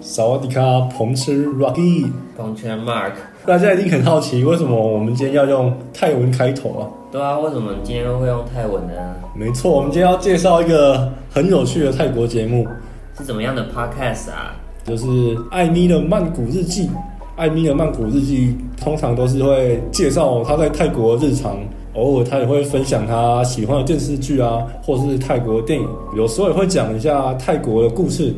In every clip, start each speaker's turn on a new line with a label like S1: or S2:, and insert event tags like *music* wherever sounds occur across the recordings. S1: 萨瓦迪卡，彭斯 Rocky。
S2: 帮圈 Mark。
S1: 大家一定很好奇，为什么我们今天要用泰文开头啊？
S2: 对啊，为什么你今天会用泰文呢？
S1: 没错，我们今天要介绍一个很有趣的泰国节目，
S2: 是怎么样的 Podcast 啊？
S1: 就是艾咪的曼谷日记。艾咪的曼谷日记通常都是会介绍他在泰国的日常，偶尔他也会分享他喜欢的电视剧啊，或是泰国电影，有时候也会讲一下泰国的故事。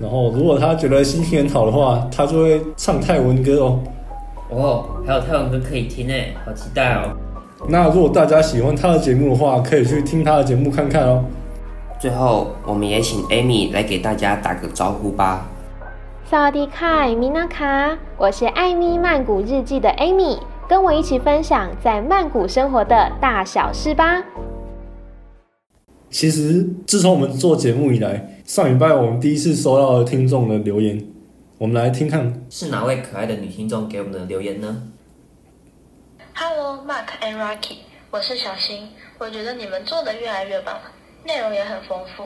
S1: 然后，如果他觉得心情很好的话，他就会唱泰文歌哦。
S2: 哦，还有泰文歌可以听诶，好期待哦！
S1: 那如果大家喜欢他的节目的话，可以去听他的节目看看哦。
S3: 最后，我们也请 Amy 来给大家打个招呼吧。
S4: 萨瓦迪卡，米娜卡，我是艾米曼谷日记的 Amy，跟我一起分享在曼谷生活的大小事吧。
S1: 其实自从我们做节目以来，上礼拜我们第一次收到了听众的留言，我们来听看。
S2: 是哪位可爱的女听众给我们的留言呢？
S5: Hello, Mark and Rocky，我是小新。我觉得你们做的越来越棒了，内容也很丰富。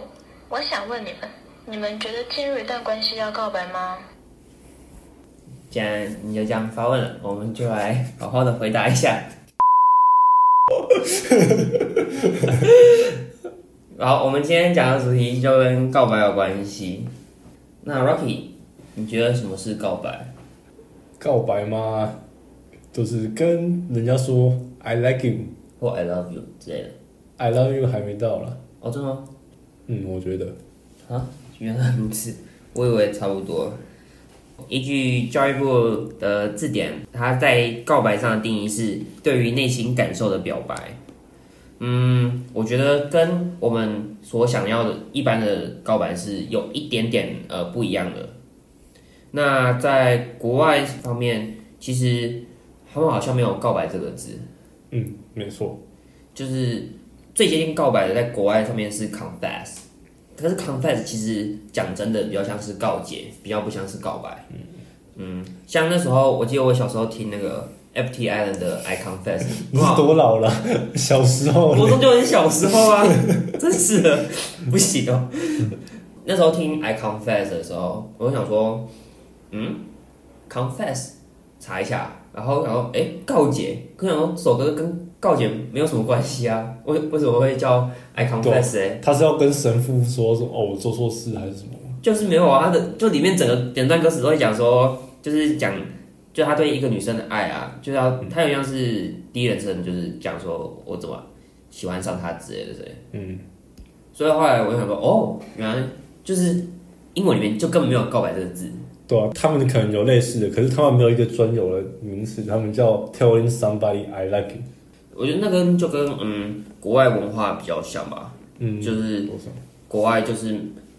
S5: 我想问你们，你们觉得进入一段关系要告白吗？
S2: 既然你就这样发问了，我们就来好好的回答一下。 *laughs* 好，我们今天讲的主题就跟告白有关系。那 Rocky，你觉得什么是告白？
S1: 告白嘛，就是跟人家说 I like you，I
S2: 或，Oh, I love you 之类的？
S1: love you 还没到了。
S2: 哦，真的吗？
S1: 嗯，我觉得
S2: 啊，原来如此，我以为差不多。依据教育部的字典，它在告白上的定义是对于内心感受的表白。嗯，我觉得跟我们所想要的一般的告白是有一点点呃不一样的。那在国外方面，其实他们好像没有“告白”这个字，
S1: 嗯，没错。
S2: 就是最接近告白的，在国外上面是 confess，可是 confess 其实讲真的比较像是告解，比较不像是告白。嗯像那时候我记得我小时候听那个 FT Island 的 I Confess，
S1: 嗯你是多老了？小时候
S2: 国中就很小时候啊， *laughs* 真是的，不行哦。那时候听 I Confess 的时候，我就想说，嗯，Confess 查一下，然后然后哎告解，跟想说这首歌跟告解没有什么关系啊，为为什么会叫 I Confess 哎？
S1: 他是要跟神父说说哦，我做错事还是什么？
S2: 就是没有啊，他的就里面整个整段歌词都会讲说，就是讲就他对一个女生的爱啊，就要
S1: 嗯
S2: 他有像是第一人称，就是讲说我怎么喜欢上她之类的之类的。
S1: 嗯，
S2: 所以后来我就想说，哦，原来就是英文里面就根本没有告白这个字。
S1: 对啊，他们可能有类似的，可是他们没有一个专有的名词，他们叫 telling somebody I like you。
S2: 我觉得那跟就跟嗯国外文化比较像吧，
S1: 嗯，
S2: 就是
S1: 多少？
S2: 国外就是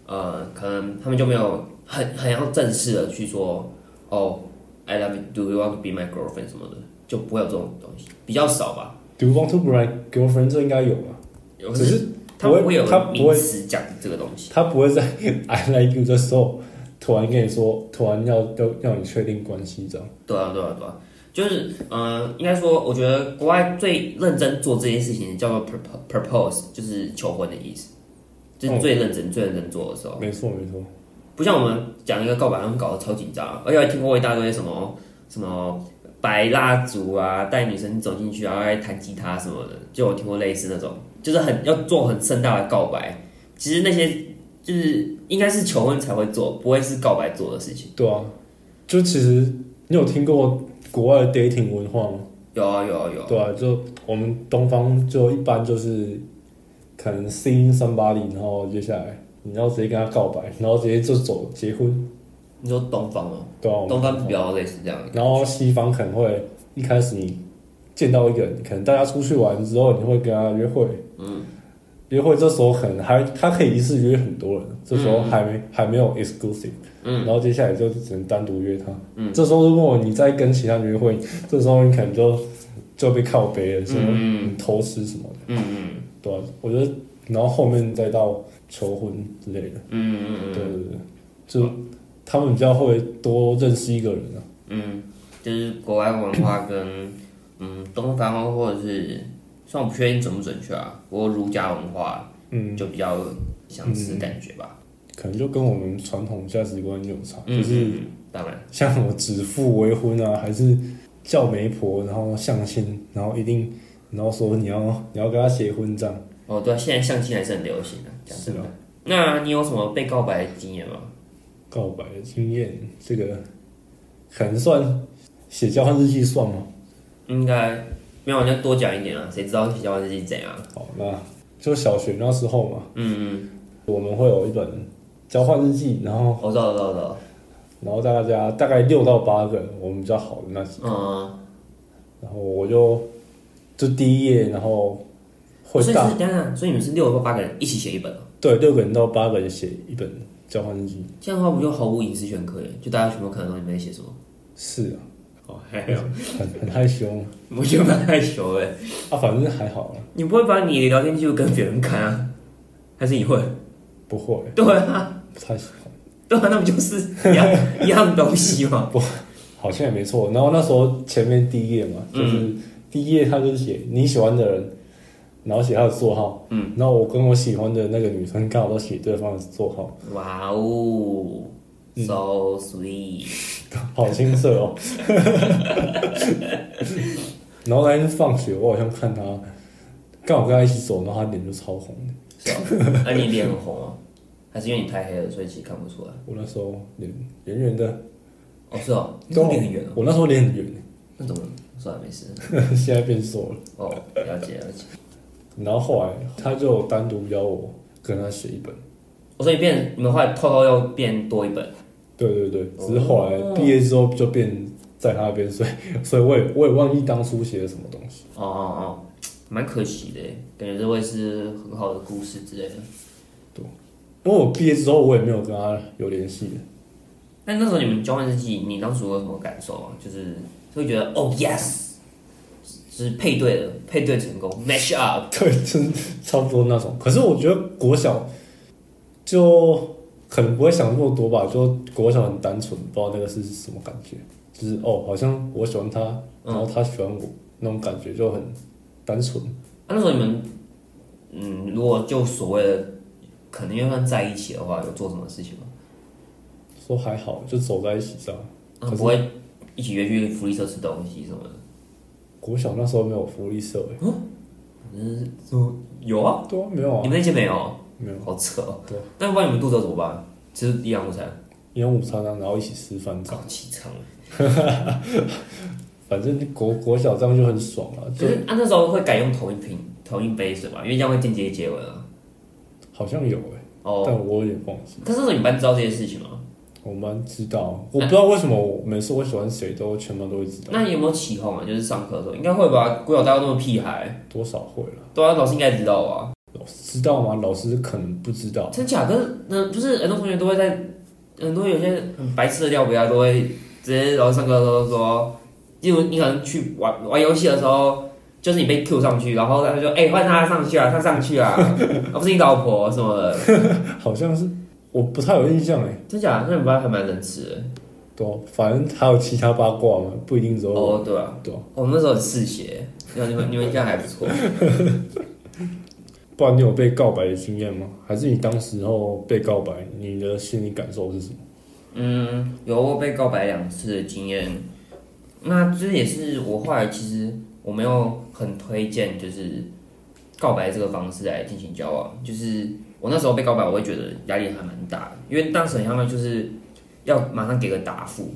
S2: 呃，可能他们就没有很很要正式的去说哦，I love you, do you want to be my girlfriend 什么的，就不会有这种东西，比较少吧。
S1: Do you want to be my girlfriend？这应该有吧？
S2: 有
S1: 只是
S2: 他们会有
S1: 他不
S2: 名
S1: 会
S2: 词讲这个东西，
S1: 他不会在 *laughs* I like you 的时候突然跟你说，突然要要要你确定关系这样。
S2: 对啊，对啊，对啊，就是呃，应该说，我觉得国外最认真做这件事情叫做 propo- propose，就是求婚的意思，
S1: 哦
S2: 就是最认真、最认真做的时候。
S1: 没错没错，
S2: 不像我们讲一个告白，他们搞得超紧张，而且还听过一大堆什么什么白蜡烛啊，带女生走进去啊，然后还弹吉他什么的，就有听过类似那种，就是很要做很盛大的告白。其实那些就是应该是求婚才会做，不会是告白做的事情。
S1: 对啊，就其实你有听过国外的 dating 文化吗？
S2: 有啊有啊有啊，
S1: 对啊，就我们东方就一般就是可能 seeing somebody，然后接下来你要直接跟他告白，然后直接就走结婚，
S2: 你说东方哦，
S1: 对啊，我们
S2: 东方比较类似这样的。
S1: 然后西方可能会一开始你见到一个人，可能大家出去玩之后，你会跟他约会，嗯，约会这时候可能还他可以一次约很多人，这时候还没、
S2: 嗯
S1: 还没有 exclusive，嗯，然后接下来就只能单独约他，嗯，这时候如果你再跟其他人约会，这时候你可能就就被靠背了，什么、你偷吃什么的，
S2: 嗯嗯
S1: 对、啊，我觉得，然后后面再到求婚之类的，
S2: 嗯嗯
S1: 对对对，就他们比较会多认识一个人啊，
S2: 嗯，就是国外文化跟嗯东方或者是，虽然我不确定准不准确啊，不过儒家文化
S1: 嗯。
S2: 就比较有相似的感觉吧。
S1: 可能就跟我们传统价值观有差，
S2: 嗯，
S1: 就是
S2: 嗯当然，
S1: 像什么指腹为婚啊，还是叫媒婆，然后相亲，然后一定，然后说你要你要跟他结婚这样。
S2: 哦对啊，现在相亲还是很流行的、讲真
S1: 是
S2: 的
S1: 啊。
S2: 那你有什么被告白的经验吗？
S1: 告白的经验，这个可能算写交换日记算吗？
S2: 应该没有，你要多讲一点啊，谁知道交换日记怎样？
S1: 好，那就小学那时候嘛，
S2: 嗯，嗯
S1: 我们会有一本交换日记，然后
S2: 我知道，我知道，我知道。
S1: 然后大家大概六到八个，我们比较好的那几，
S2: 嗯，
S1: 然后我就就第一页，然后会
S2: 所以是
S1: 大
S2: 等一下，所以你们是六到八个人一起写一本哦，
S1: 对六个人到八个人写一本交换日记，
S2: 这样的话不就毫无隐私权可言？就大家全部看得到你们在写什么？
S1: 是啊， *laughs*
S2: 哦，还有，
S1: 很很害羞
S2: *laughs* 我觉得蛮害羞哎。
S1: 啊，反正还好啦，
S2: 你不会把你的聊天记录跟别人看啊？还是你会？ *laughs*
S1: 不会
S2: 对啊，
S1: 不太喜欢，
S2: 对啊，那不就是一样一样东西吗？
S1: 好像也没错。然后那时候前面第一页嘛，就是
S2: 嗯
S1: 第一页他就是写你喜欢的人，然后写他的座号，嗯，然后我跟我喜欢的那个女生刚好都写对方的座号，
S2: 哇哦，so sweet，
S1: 好青涩哦。 *laughs* 然后那天放学，我好像看他，刚好跟他一起走，然后他脸就超红的。
S2: 是吧？那你脸很红啊？还是因为你太黑了，所以其实看不出来？
S1: 我那时候脸圆圆的，
S2: 哦，是哦，你
S1: 跟我
S2: 脸很圆哦。
S1: 我那时候脸很圆，
S2: 那怎么算了，没事。
S1: *laughs* 现在变瘦了。
S2: 哦，了解了解。
S1: 然后后来他就单独邀我跟他写一本，
S2: 我说你哦变，你们后来偷偷又变多一本，
S1: 对对对，只是后来毕业之后就变在他那边，所以所以我也我也忘记当初写了什么东西。
S2: 哦哦哦，蛮可惜的耶，欸感觉这会是很好的故事之类的。
S1: 因为我毕业之后我也没有跟他有联系了，
S2: 那那时候你们交换日记，你当时有什么感受啊？就是会觉得哦 yes，就是配对了，配对成功，match up。啊
S1: 对，真的差不多那种。可是我觉得国小就可能不会想那么多吧，就国小很单纯，不知道那个是什么感觉，就是哦，好像我喜欢他，然后他喜欢我，那种感觉就很单纯。
S2: 那、那时候你们，嗯，如果就所谓的可能要算在一起的话，有做什么事情吗？
S1: 说还好，就走在一起这样。
S2: 啊
S1: 可是
S2: 不会一起约去福利社吃东西什么的？
S1: 国小那时候没有福利社、欸，
S2: 哦嗯，说有啊，
S1: 对啊，没有
S2: 你
S1: 啊，
S2: 们那些没有。
S1: 没有。
S2: 好扯哦
S1: 对。
S2: 那不然你们肚子饿怎么办？吃一样午餐，
S1: 营养午餐啊，然后一起吃饭这样，
S2: 搞起床。
S1: 反正国国小这样就很爽了、
S2: 可
S1: 就是
S2: 啊，那时候会改用同一瓶、同一杯水嘛，因为这样会间接接吻啊。
S1: 好像有哎、
S2: 哦，
S1: 但我有点忘记。
S2: 可是那时候你们班知道这件事情吗？
S1: 我们知道，啊
S2: 嗯
S1: 我不知道为什么我每次我喜欢谁都全班都会知道，
S2: 那你有没有起哄啊？就是上课的时候，应该会吧？国小大家都那么屁孩，
S1: 多少会了。
S2: 对啊，老师应该知道啊。
S1: 老师知道吗？老师可能不知道，
S2: 真假？可是那不是很多同学都会在，很多有些很白痴的料不要都会直接老师上课的时候说，例如你可能去玩玩游戏的时候，就是你被 Q 上去，然后他就说，哎、换他上去啊，他上去啊， *laughs* 啊不是你老婆什么的。
S1: 好像是我不太有印象哎、
S2: 真假？那你班还蛮仁慈的。
S1: 对啊、反正还有其他八卦嘛，不一定只有我。
S2: 哦，对啊，
S1: 对啊
S2: 我们那时候很嗜血，那你们你们这样还不错。
S1: 不然你有被告白的经验吗？还是你当时候被告白，你的心理感受是什么？
S2: 嗯，有我被告白两次的经验，那这也是我后来其实我没有很推荐，就是告白这个方式来进行交往。就是我那时候被告白，我会觉得压力还蛮大的，因为当时很像就是要马上给个答复，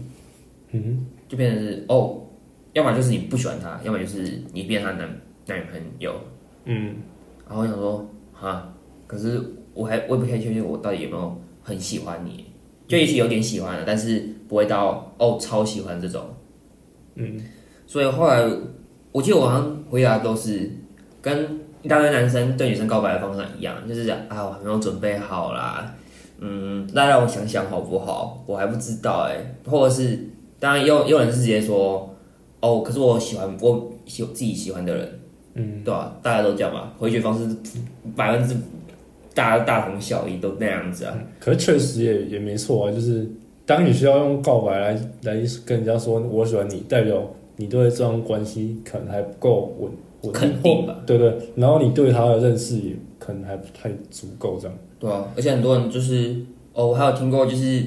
S1: 嗯，
S2: 就变成是哦，要么就是你不喜欢他，要么就是你变他男男女朋友。
S1: 嗯，
S2: 然后我想说，哈，可是我还我也不太确定我到底有没有很喜欢你，就也许有点喜欢了，但是不会到哦超喜欢这种。嗯，所以后来我记得我好像回答都是跟一大堆男生对女生告白的方向一样，就是讲啊我还没有准备好啦，嗯，那让我想想好不好？我还不知道哎、或者是当然也有也有人是直接说哦，可是我喜欢我喜自己喜欢的人。对啊，大家都这样嘛，回绝方式百分之大大同小异，都那样子啊。
S1: 可是确实也也没错啊，就是当你需要用告白来来跟人家说我喜欢你，代表你对这段关系可能还不够稳稳
S2: 肯定吧
S1: 或对对，然后你对他的认识也可能还不太足够，这样
S2: 对啊，而且很多人就是哦，我还有听过，就是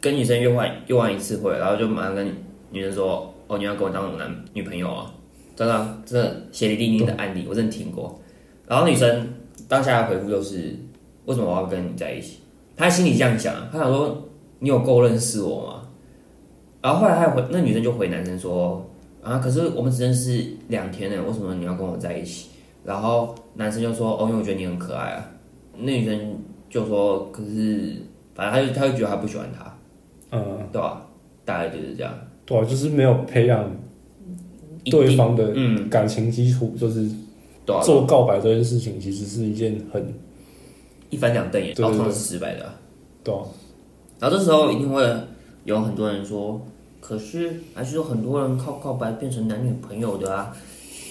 S2: 跟女生约会约完一次会，然后就马上跟女生说，哦，你要跟我当我男女朋友啊，真的啊真的血淋淋的案例，我真的听过。然后女生当下的回复就是，为什么我要跟你在一起？她心里这样想，啊她想说，你有够认识我吗？然后后来她回那女生就回男生说，啊，可是我们只认识两天呢，为什么你要跟我在一起？然后男生就说，哦，因为我觉得你很可爱啊。那女生就说，可是反正他就他就觉得他不喜欢他，
S1: 嗯，
S2: 对吧、大概就是这样。
S1: 对啊，就是没有培养
S2: 一定
S1: 对方的
S2: 嗯，
S1: 感情基础，就是
S2: 对啊，
S1: 做告白这件事情，其实是一件很
S2: 一翻两瞪眼，
S1: 对对
S2: 然后通常
S1: 对
S2: 是失败的啊、
S1: 对啊，
S2: 然后这时候一定会有很多人说，可是还是有很多人靠告白变成男女朋友的啊。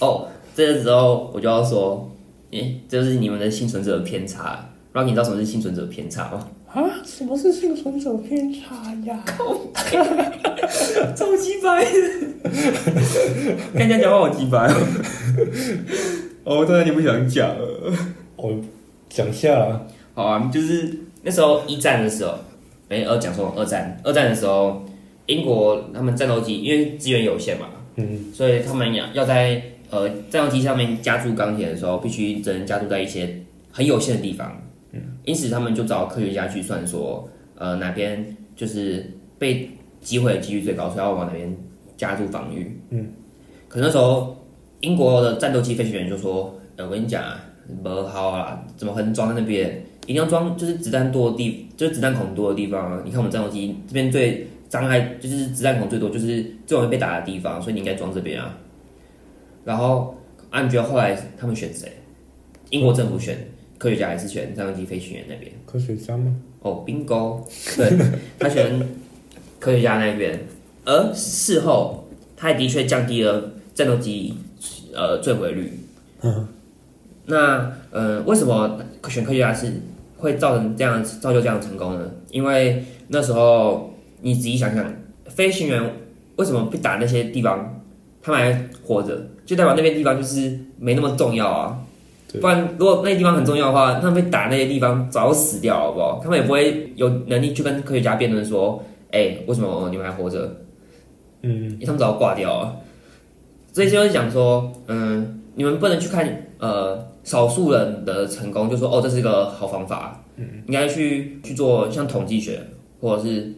S2: 哦，这个时候我就要说，诶，这就是你们的幸存者偏差。Rocky，你知道什啊么是幸存者偏差吗？
S1: 啊，什么是幸存者偏差呀？
S2: *laughs* 超鸡掰的，看人家讲话好鸡掰哦。哦，我突然有点不想讲了。
S1: 我讲下啦，
S2: 好啊，就是那时候一战的时候，哎、呃，讲错了，二战，二战的时候，英国他们战斗机因为资源有限嘛，
S1: 嗯，
S2: 所以他们要要在呃战斗机上面加注钢铁的时候，必须只能加注在一些很有限的地方，嗯，因此他们就找科学家去算说，呃，哪边就是被击毁的几率最高，所以要往哪边加注防御，嗯，可那时候英国的战斗机飞行员就说，呃，我跟你讲啊，不好啦，怎么可能装在那边？一定要装就是子弹多的地，就是子弹孔多的地方啊。你看我们战斗机这边最伤害就是子弹孔最多，就是最容易被打的地方，所以你应该装这边啊。然后，啊，你觉得后来他们选谁？英国政府选科学家还是选战斗机飞行员那边？
S1: 科学家吗？
S2: 哦，bingo，对，他选科学家那边。而事后，他也的确降低了战斗机呃坠毁率。那呃，为什么选科学家是会造成这样造就这样的成功呢？因为那时候你仔细想想，飞行员为什么被打那些地方，他们还活着，就代表那边地方就是没那么重要啊。
S1: 对
S2: 不然，如果那些地方很重要的话，他们被打那些地方早就死掉了，好不好？他们也不会有能力去跟科学家辩论说，哎、为什么你们还活着？
S1: 嗯，
S2: 他们早就挂掉了。所以就是讲说，嗯，你们不能去看呃少数人的成功，就说哦这是一个好方法，嗯，应该去去做像统计学，或者是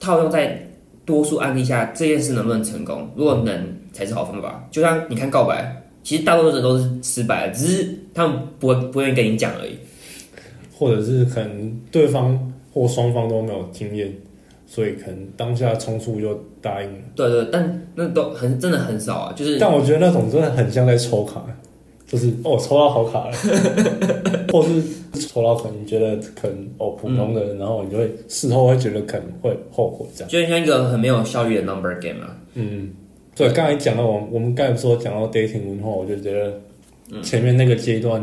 S2: 套用在多数案例下这件事能不能成功，如果能才是好方法。就像你看告白，其实大多数人都是失败的，只是他们不会不愿意跟你讲而已。
S1: 或者是可能对方或双方都没有经验，所以可能当下冲出就答应了。
S2: 对对，但那都很真的很少啊，就是
S1: 但我觉得那种真的很像在抽卡，就是哦抽到好卡了，或是抽到可能觉得可能哦普通的，然后你就会事后会觉得可能会后悔这样。
S2: 就像一个很没有效率的 number game 啊。
S1: 嗯，对，刚才讲到我们我们刚才说讲到 dating 文化，我就觉得前面那个阶段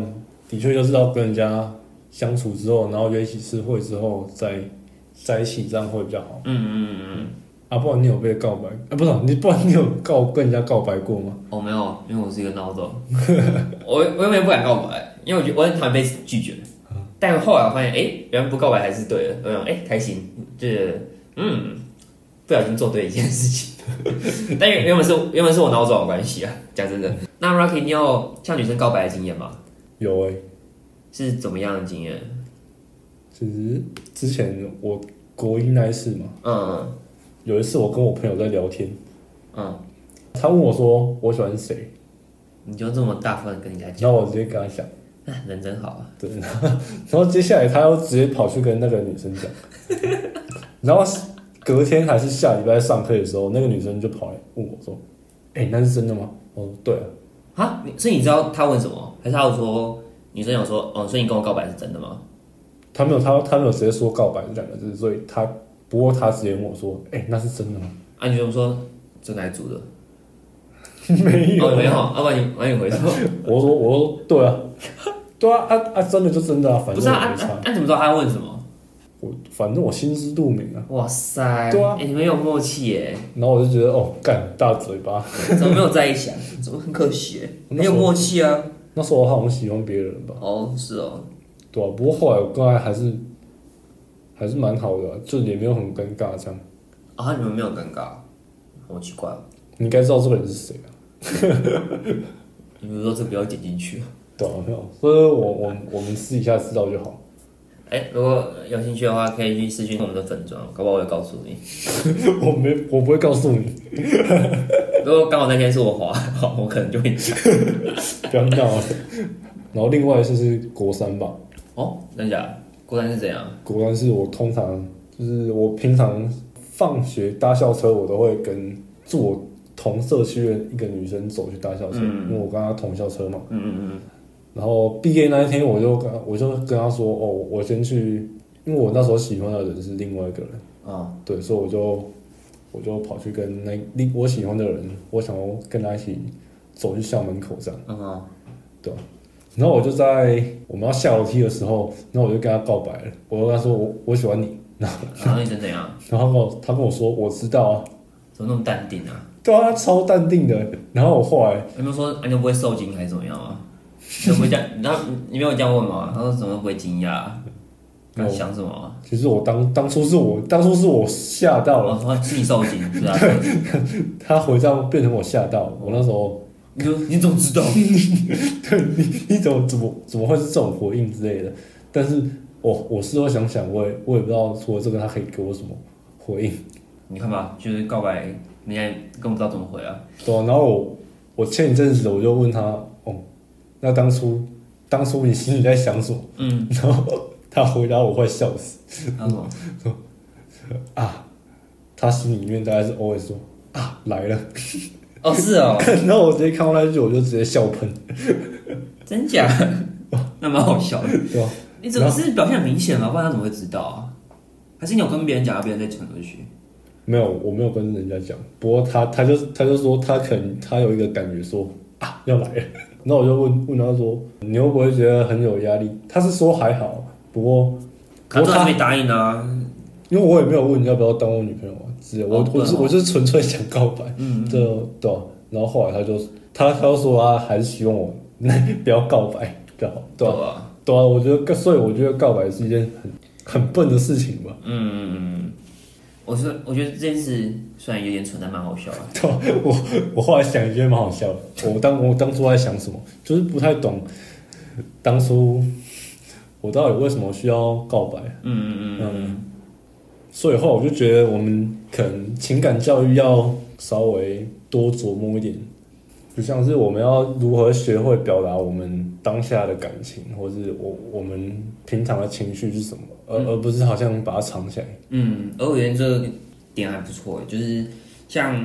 S1: 的确就是要跟人家相处之后，然后约一起吃会之后再在一起，这样会比较好。
S2: 嗯嗯嗯嗯。
S1: 啊，不然你有被告白？啊，不是你，不然你有告跟人家告白过吗？
S2: 我、嗯哦没有，因为我是一个孬种，我我原本不敢告白，因为我觉得我很讨厌被拒绝。但后来我发现，哎、原来不告白还是对的，我想，哎、开心，就是嗯，不小心做对一件事情。 *laughs* 但原原本是原本是我孬种的关系啊，讲真的。那 Rocky，你有向女生告白的经验吗？
S1: 有欸诶、
S2: 是怎么样的经验？
S1: 就是之前我国一那一次嘛，
S2: 嗯
S1: 有一次我跟我朋友在聊天，
S2: 嗯，
S1: 他问我说我喜欢谁，
S2: 你就这么大方的跟人家讲，
S1: 然后我直接跟他讲，
S2: 哎人真好啊。
S1: 对，然后然后接下来他又直接跑去跟那个女生讲，然后隔天还是下礼拜上课的时候，那个女生就跑来问我说：“哎、那是真的吗？”我说：“对啊。
S2: 啊，你所以你知道他问什么？还是他有说女生有说，哦，所以你跟我告白是真的吗？”
S1: 他没有他他没有直接说告白这两个字，所以他不过他直接问我说：“哎、那是真的吗 *laughs*
S2: 啊，你就说真来煮的。？”
S1: 没有，
S2: 哦，没有，要不然你，要不然
S1: *laughs*
S2: 你回说，
S1: 我说我说对
S2: *laughs*
S1: 啊，对啊啊啊，真的就真的啊，反
S2: 不
S1: 正
S2: 是
S1: 我
S2: 啊，啊
S1: 没差
S2: 啊，，那、怎么知道他问什么？
S1: 我反正我心知肚明啊。
S2: 哇塞，
S1: 对啊
S2: 哎你们有默契耶，
S1: 然后我就觉得哦，干大嘴巴。 *laughs*
S2: 怎么没有在一起啊？怎么很可惜耶？很有默契啊。
S1: 那时候我好像喜欢别人吧，
S2: 哦，是哦，
S1: 对啊，不过后来我刚才还是还是蛮好的啊、就也没有很尴尬这样。
S2: 啊、你们没有尴尬，好奇怪哦。
S1: 你应该知道这个人是谁啊？
S2: 你们说这不要剪进去。
S1: 对啊，没有，所以我我我们私底下知道就好。 *laughs*
S2: 哎、如果有兴趣的话，可以去私讯我们的粉砖，搞不好我会告诉你。
S1: 我没，我不会告诉你，
S2: *laughs* 如果刚好那天是我滑， *laughs* 好，我可能就会讲。
S1: 不要闹了。 *laughs* 然后另外就是国三吧，
S2: 哦，真假的？孤单是怎样？
S1: 国三是我通常就是我平常放学搭校车，我都会跟住我同社区的一个女生走去搭校车，因为我跟她同校车嘛。
S2: 嗯嗯嗯，
S1: 然后毕业那一天，我就跟我就跟她说，哦，我先去，因为我那时候喜欢的人是另外一个人，
S2: 哦，
S1: 对，所以我就我就跑去跟那另我喜欢的人，我想要跟他一起走去校门口这样。
S2: 嗯哦，
S1: 对啊、然后我就在我们要下楼梯的时候，然后我就跟他告白了，我就跟他说我我喜欢你，
S2: 然后你是怎样？
S1: 然后他跟我他跟我说我知道啊，
S2: 怎么那么淡定啊？
S1: 对啊，他超淡定的。然后我后来
S2: 有没有说，哎、你都不会受惊还是怎么样啊？你都不会这样，你知道你没有这样问吗？他说怎么都不会惊讶、
S1: 没
S2: 那
S1: 有
S2: 你想什么啊？
S1: 其实我当当初是我当初是我吓到
S2: 我
S1: 了，
S2: 哦说是你受惊，是啊，受惊
S1: 他回家变成我吓到了，我那时候 *laughs*
S2: 你说 *laughs* 你怎么知道？
S1: 对你你怎么怎么怎么会是这种回应之类的？但是我我事后想想，我也我也不知道除了这个他可以给我什么回应。
S2: 你看吧，就是告白，人家根本不知道怎么回啊。
S1: 对啊、然后我我前一阵子我就问他，哦，那当初当初你心里在想什么？
S2: 嗯，
S1: 然后他回答我快笑死
S2: 他 *laughs* 说
S1: 啊，他心里面大概是 always 说啊来了，
S2: 哦是哦，
S1: 然后我直接看到 *laughs* 那句我就直接笑喷，
S2: 真假？ *laughs* 那蛮好笑的。
S1: 对吧、
S2: 你怎么是表现很明显嘛？不然他怎么会知道啊？还是你有跟别人讲，别人再传出去？
S1: 没有，我没有跟人家讲，不过他他就他就说他可能他有一个感觉说啊要来了， *laughs* 然后我就问问他说你会不会觉得很有压力？他是说还好，不过
S2: 可
S1: 不
S2: 是
S1: 过
S2: 他
S1: 他
S2: 没答应啊。
S1: 因为我也没有问你要不要当我女朋友啊，只我、
S2: 哦对
S1: 我是
S2: 哦
S1: 我就是纯粹想告白，
S2: 嗯
S1: 这对、啊，然后后来他就他他就说他还是希望我 *laughs* 不要告白，对啊对啊
S2: 吧？
S1: 对啊，我觉得所以我觉得告白是一件很很笨的事情吧，
S2: 嗯嗯嗯。我是我觉得这件事虽然有点蠢，但蛮好笑的。
S1: 对、啊、 *laughs* 我我后来想也觉得蛮好笑的，我当我当初在想什么，就是不太懂当初我到底为什么需要告白，
S2: 嗯嗯嗯嗯。
S1: 所以后来我就觉得我们可能情感教育要稍微多琢磨一点，就像是我们要如何学会表达我们当下的感情，或是我我们平常的情绪是什么，而、而不是好像把它藏起来。
S2: 嗯，而我觉得这个点还不错，就是像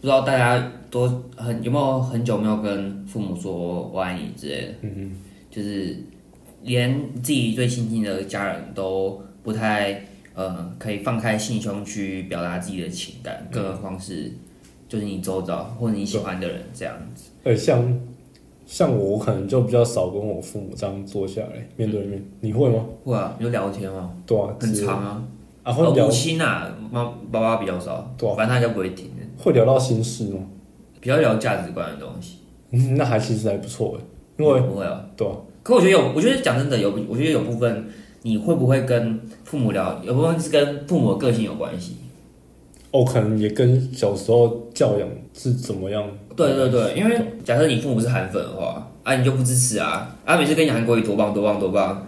S2: 不知道大家多很有没有很久没有跟父母说我爱你之类的，嗯就是连自己最亲近的家人都不太呃可以放开心胸去表达自己的情感，更何况是就是你周遭或者你喜欢的人这样子。
S1: 而像像我，我可能就比较少跟我父母这样坐下来面对面，你会吗？
S2: 会啊，有聊天吗？
S1: 对啊，
S2: 很
S1: 直接
S2: 长啊，
S1: 啊，会
S2: 呃
S1: 聊
S2: 母亲啊，妈爸爸比较少，
S1: 对啊
S2: 反正他就不会听的，
S1: 会聊到心事吗？
S2: 比较聊价值观的东西。
S1: 嗯 *laughs* 那还其实还不错诶，因为
S2: 不会啊。
S1: 对啊，
S2: 可我觉得有，我觉得讲真的有，我觉得有部分你会不会跟父母聊，有部分是跟父母的个性有关系。
S1: 哦，可能也跟小时候教养是怎么样。
S2: 对对对，因为假设你父母是韩粉的话，啊，你就不支持啊，啊，每次跟你韩国语多棒多棒多 *laughs* 棒，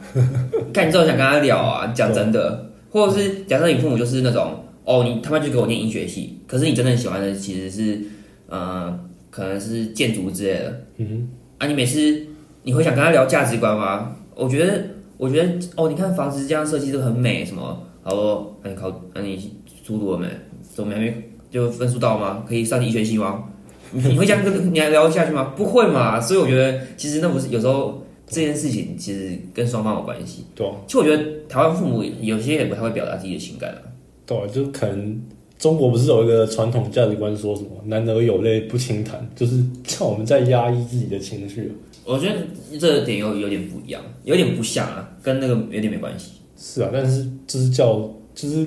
S2: 看你之后想跟他聊啊，讲真的，或者是假设你父母就是那种，哦，你他妈就给我念医学系，可是你真正喜欢的其实是，呃，可能是建筑之类的，
S1: 嗯
S2: 啊，你每次你会想跟他聊价值观吗？我觉得，我觉得哦，你看房子这样设计都很美，什么？好哦，那、你考，那、你出读了没？怎么还没就分数到吗？可以上医学系吗？你你会这样跟你还聊得下去吗？不会嘛。所以我觉得，其实那不是有时候这件事情其实跟双方有关系。
S1: 哼，对啊，
S2: 其实我觉得台湾父母有些也不太会表达自己的情感啊。
S1: 对啊，就可能中国不是有一个传统价值观，说什么“男儿有泪不轻弹”，就是叫我们在压抑自己的情绪。
S2: 我觉得这点有有点不一样，有点不像啊，跟那个有点没关系。
S1: 是啊，但是就是叫，就是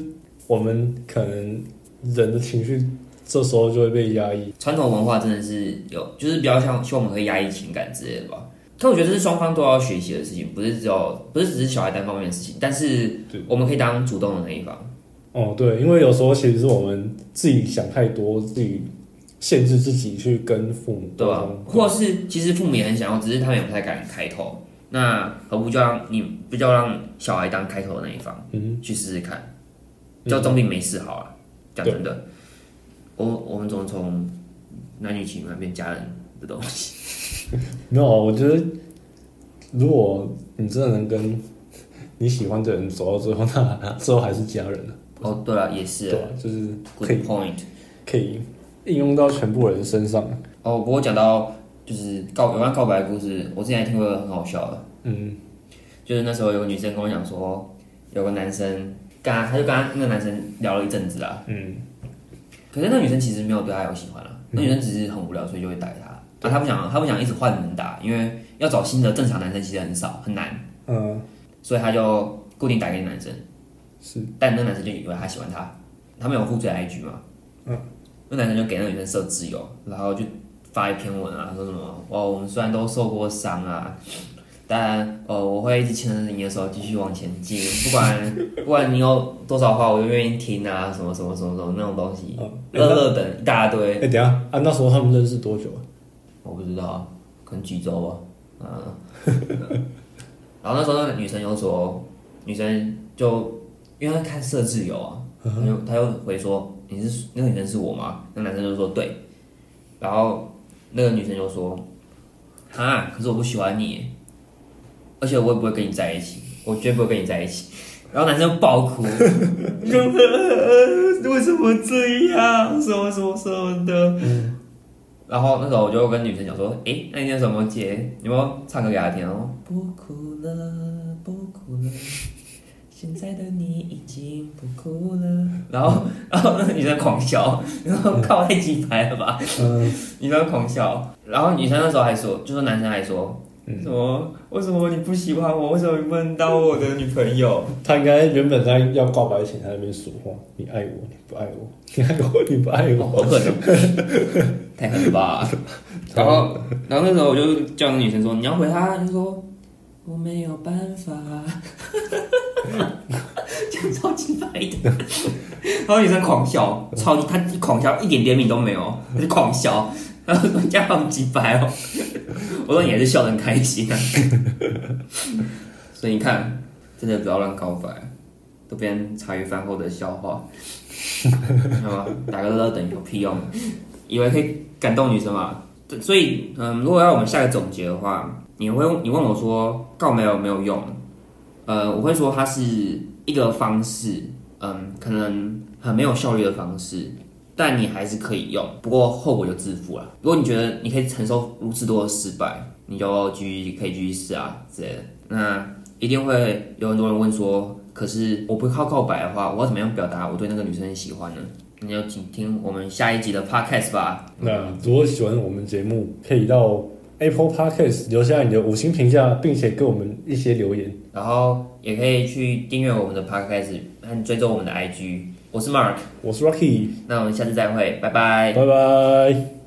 S1: 我们可能人的情绪这时候就会被压抑。
S2: 传统文化真的是有，就是比较像希望我们可以压抑情感之类的吧。可我觉得这是双方都要学习的事情，不是只有不是只是小孩单方面的事情，但是
S1: 对
S2: 我们可以当主动的那一方。
S1: 哦，对，因为有时候其实是我们自己想太多，自己限制自己去跟父母
S2: 对
S1: 沟
S2: 吧、
S1: 通
S2: 或是其实父母也很想要，只是他们也不太敢开口。那何不就让你不就让小孩当开口的那一方，
S1: 嗯，
S2: 去试试看，叫总比没事好了。讲真的，我我们总从男女情感变家人的东西，
S1: 没有，我觉得如果你真的能跟你喜欢的人走到最后，那 *laughs* 最后还是家人啊
S2: 哦，对了，也是
S1: 对啊吧？就是
S2: ，good
S1: 可以
S2: point。
S1: 可以应用到全部人身上。
S2: 哦，不过讲到就是告有关告白的故事，我之前还听过一个很好笑的，
S1: 嗯，
S2: 就是那时候有个女生跟我讲说，有个男生跟他，他就跟他那个男生聊了一阵子啦。
S1: 嗯。
S2: 可是那女生其实没有对他有喜欢了，那女生只是很无聊，所以就会带他。啊，他不想，他不想一直换人打，因为要找新的正常男生其实很少很难，
S1: 嗯，
S2: 所以他就固定打给那男生。
S1: 是
S2: 但那男生就以为他喜欢她，他们有互追 IG 嘛，嗯，那男生就给那女生设自由，然后就发一篇文啊，说什么哇，我们虽然都受过伤啊，但呃，我会一直牵着你的手继续往前进，不
S1: *laughs*
S2: 管不管你有多少话，我都愿意听啊，什么什么什么什么那种东西，
S1: 嗯
S2: 乐乐等一大堆
S1: 哎、，等一下啊，那时候他们认识多久啊？
S2: 我不知道，啊可能几周吧，嗯。 *laughs* 然后那时候那个女生又说，女生就因为她看设置有啊，她就她又回说你是那个女生是我吗？那男生就说对，然后那个女生就说，哈，可是我不喜欢你，而且我也不会跟你在一起，我绝对不会跟你在一起。然后男生就爆哭， *laughs* 就说呃为什么这样，什么什么什么的。然后那时候我就跟女生讲说，诶，那你有什么姐，你有没有唱歌给她听？哦，不哭了，不哭了，现在的你已经不哭了。然后， *laughs* 然后那个女生狂笑，然后靠太鸡排了吧？
S1: 嗯，
S2: 女生狂笑，然后女生那时候还说，就说男生还说。什么？为什么你不喜欢我？为什么你不能当我的女朋友？
S1: 他应该原本在要告白前，他在那边说话：“你爱我，你不爱我，你爱我，你不爱
S2: 哦好
S1: 我。
S2: 狠哦，太狠了吧！ *laughs* 然后，然后那时候我就叫那女生说：“你要回她。”她就说：“我没有办 *laughs* 法。”讲超级白的， *laughs* 然后女生狂笑，超级她一狂笑一点怜悯都没有，她就狂笑，然后说：“这样好几白哦。”我说：“你还是笑得很开心 *laughs* 啊。”所以你看，真的不要乱告白，都变茶余饭后的笑 *laughs* 话，好吧？打个乐等有屁用？以为可以感动女生嘛？对所以，嗯，如果要我们下个总结的话，你会你问我说告白有没有用？呃，我会说它是一个方式，嗯，可能很没有效率的方式，但你还是可以用，不过后果就自负了。如果你觉得你可以承受如此多的失败，你就继续可以继续试啊之类的。那一定会有很多人问说，可是我不靠告白的话，我要怎么样表达我对那个女生的喜欢呢？你就请听我们下一集的 podcast 吧。
S1: 那如果喜欢我们节目，可以到 Apple Podcast 留下你的五星评价，并且给我们一些留言。
S2: 然后也可以去订阅我们的 podcast 和追踪我们的 IG。我是 Mark，
S1: 我是 Rocky，
S2: 那我们下次再会，拜拜。
S1: 拜拜。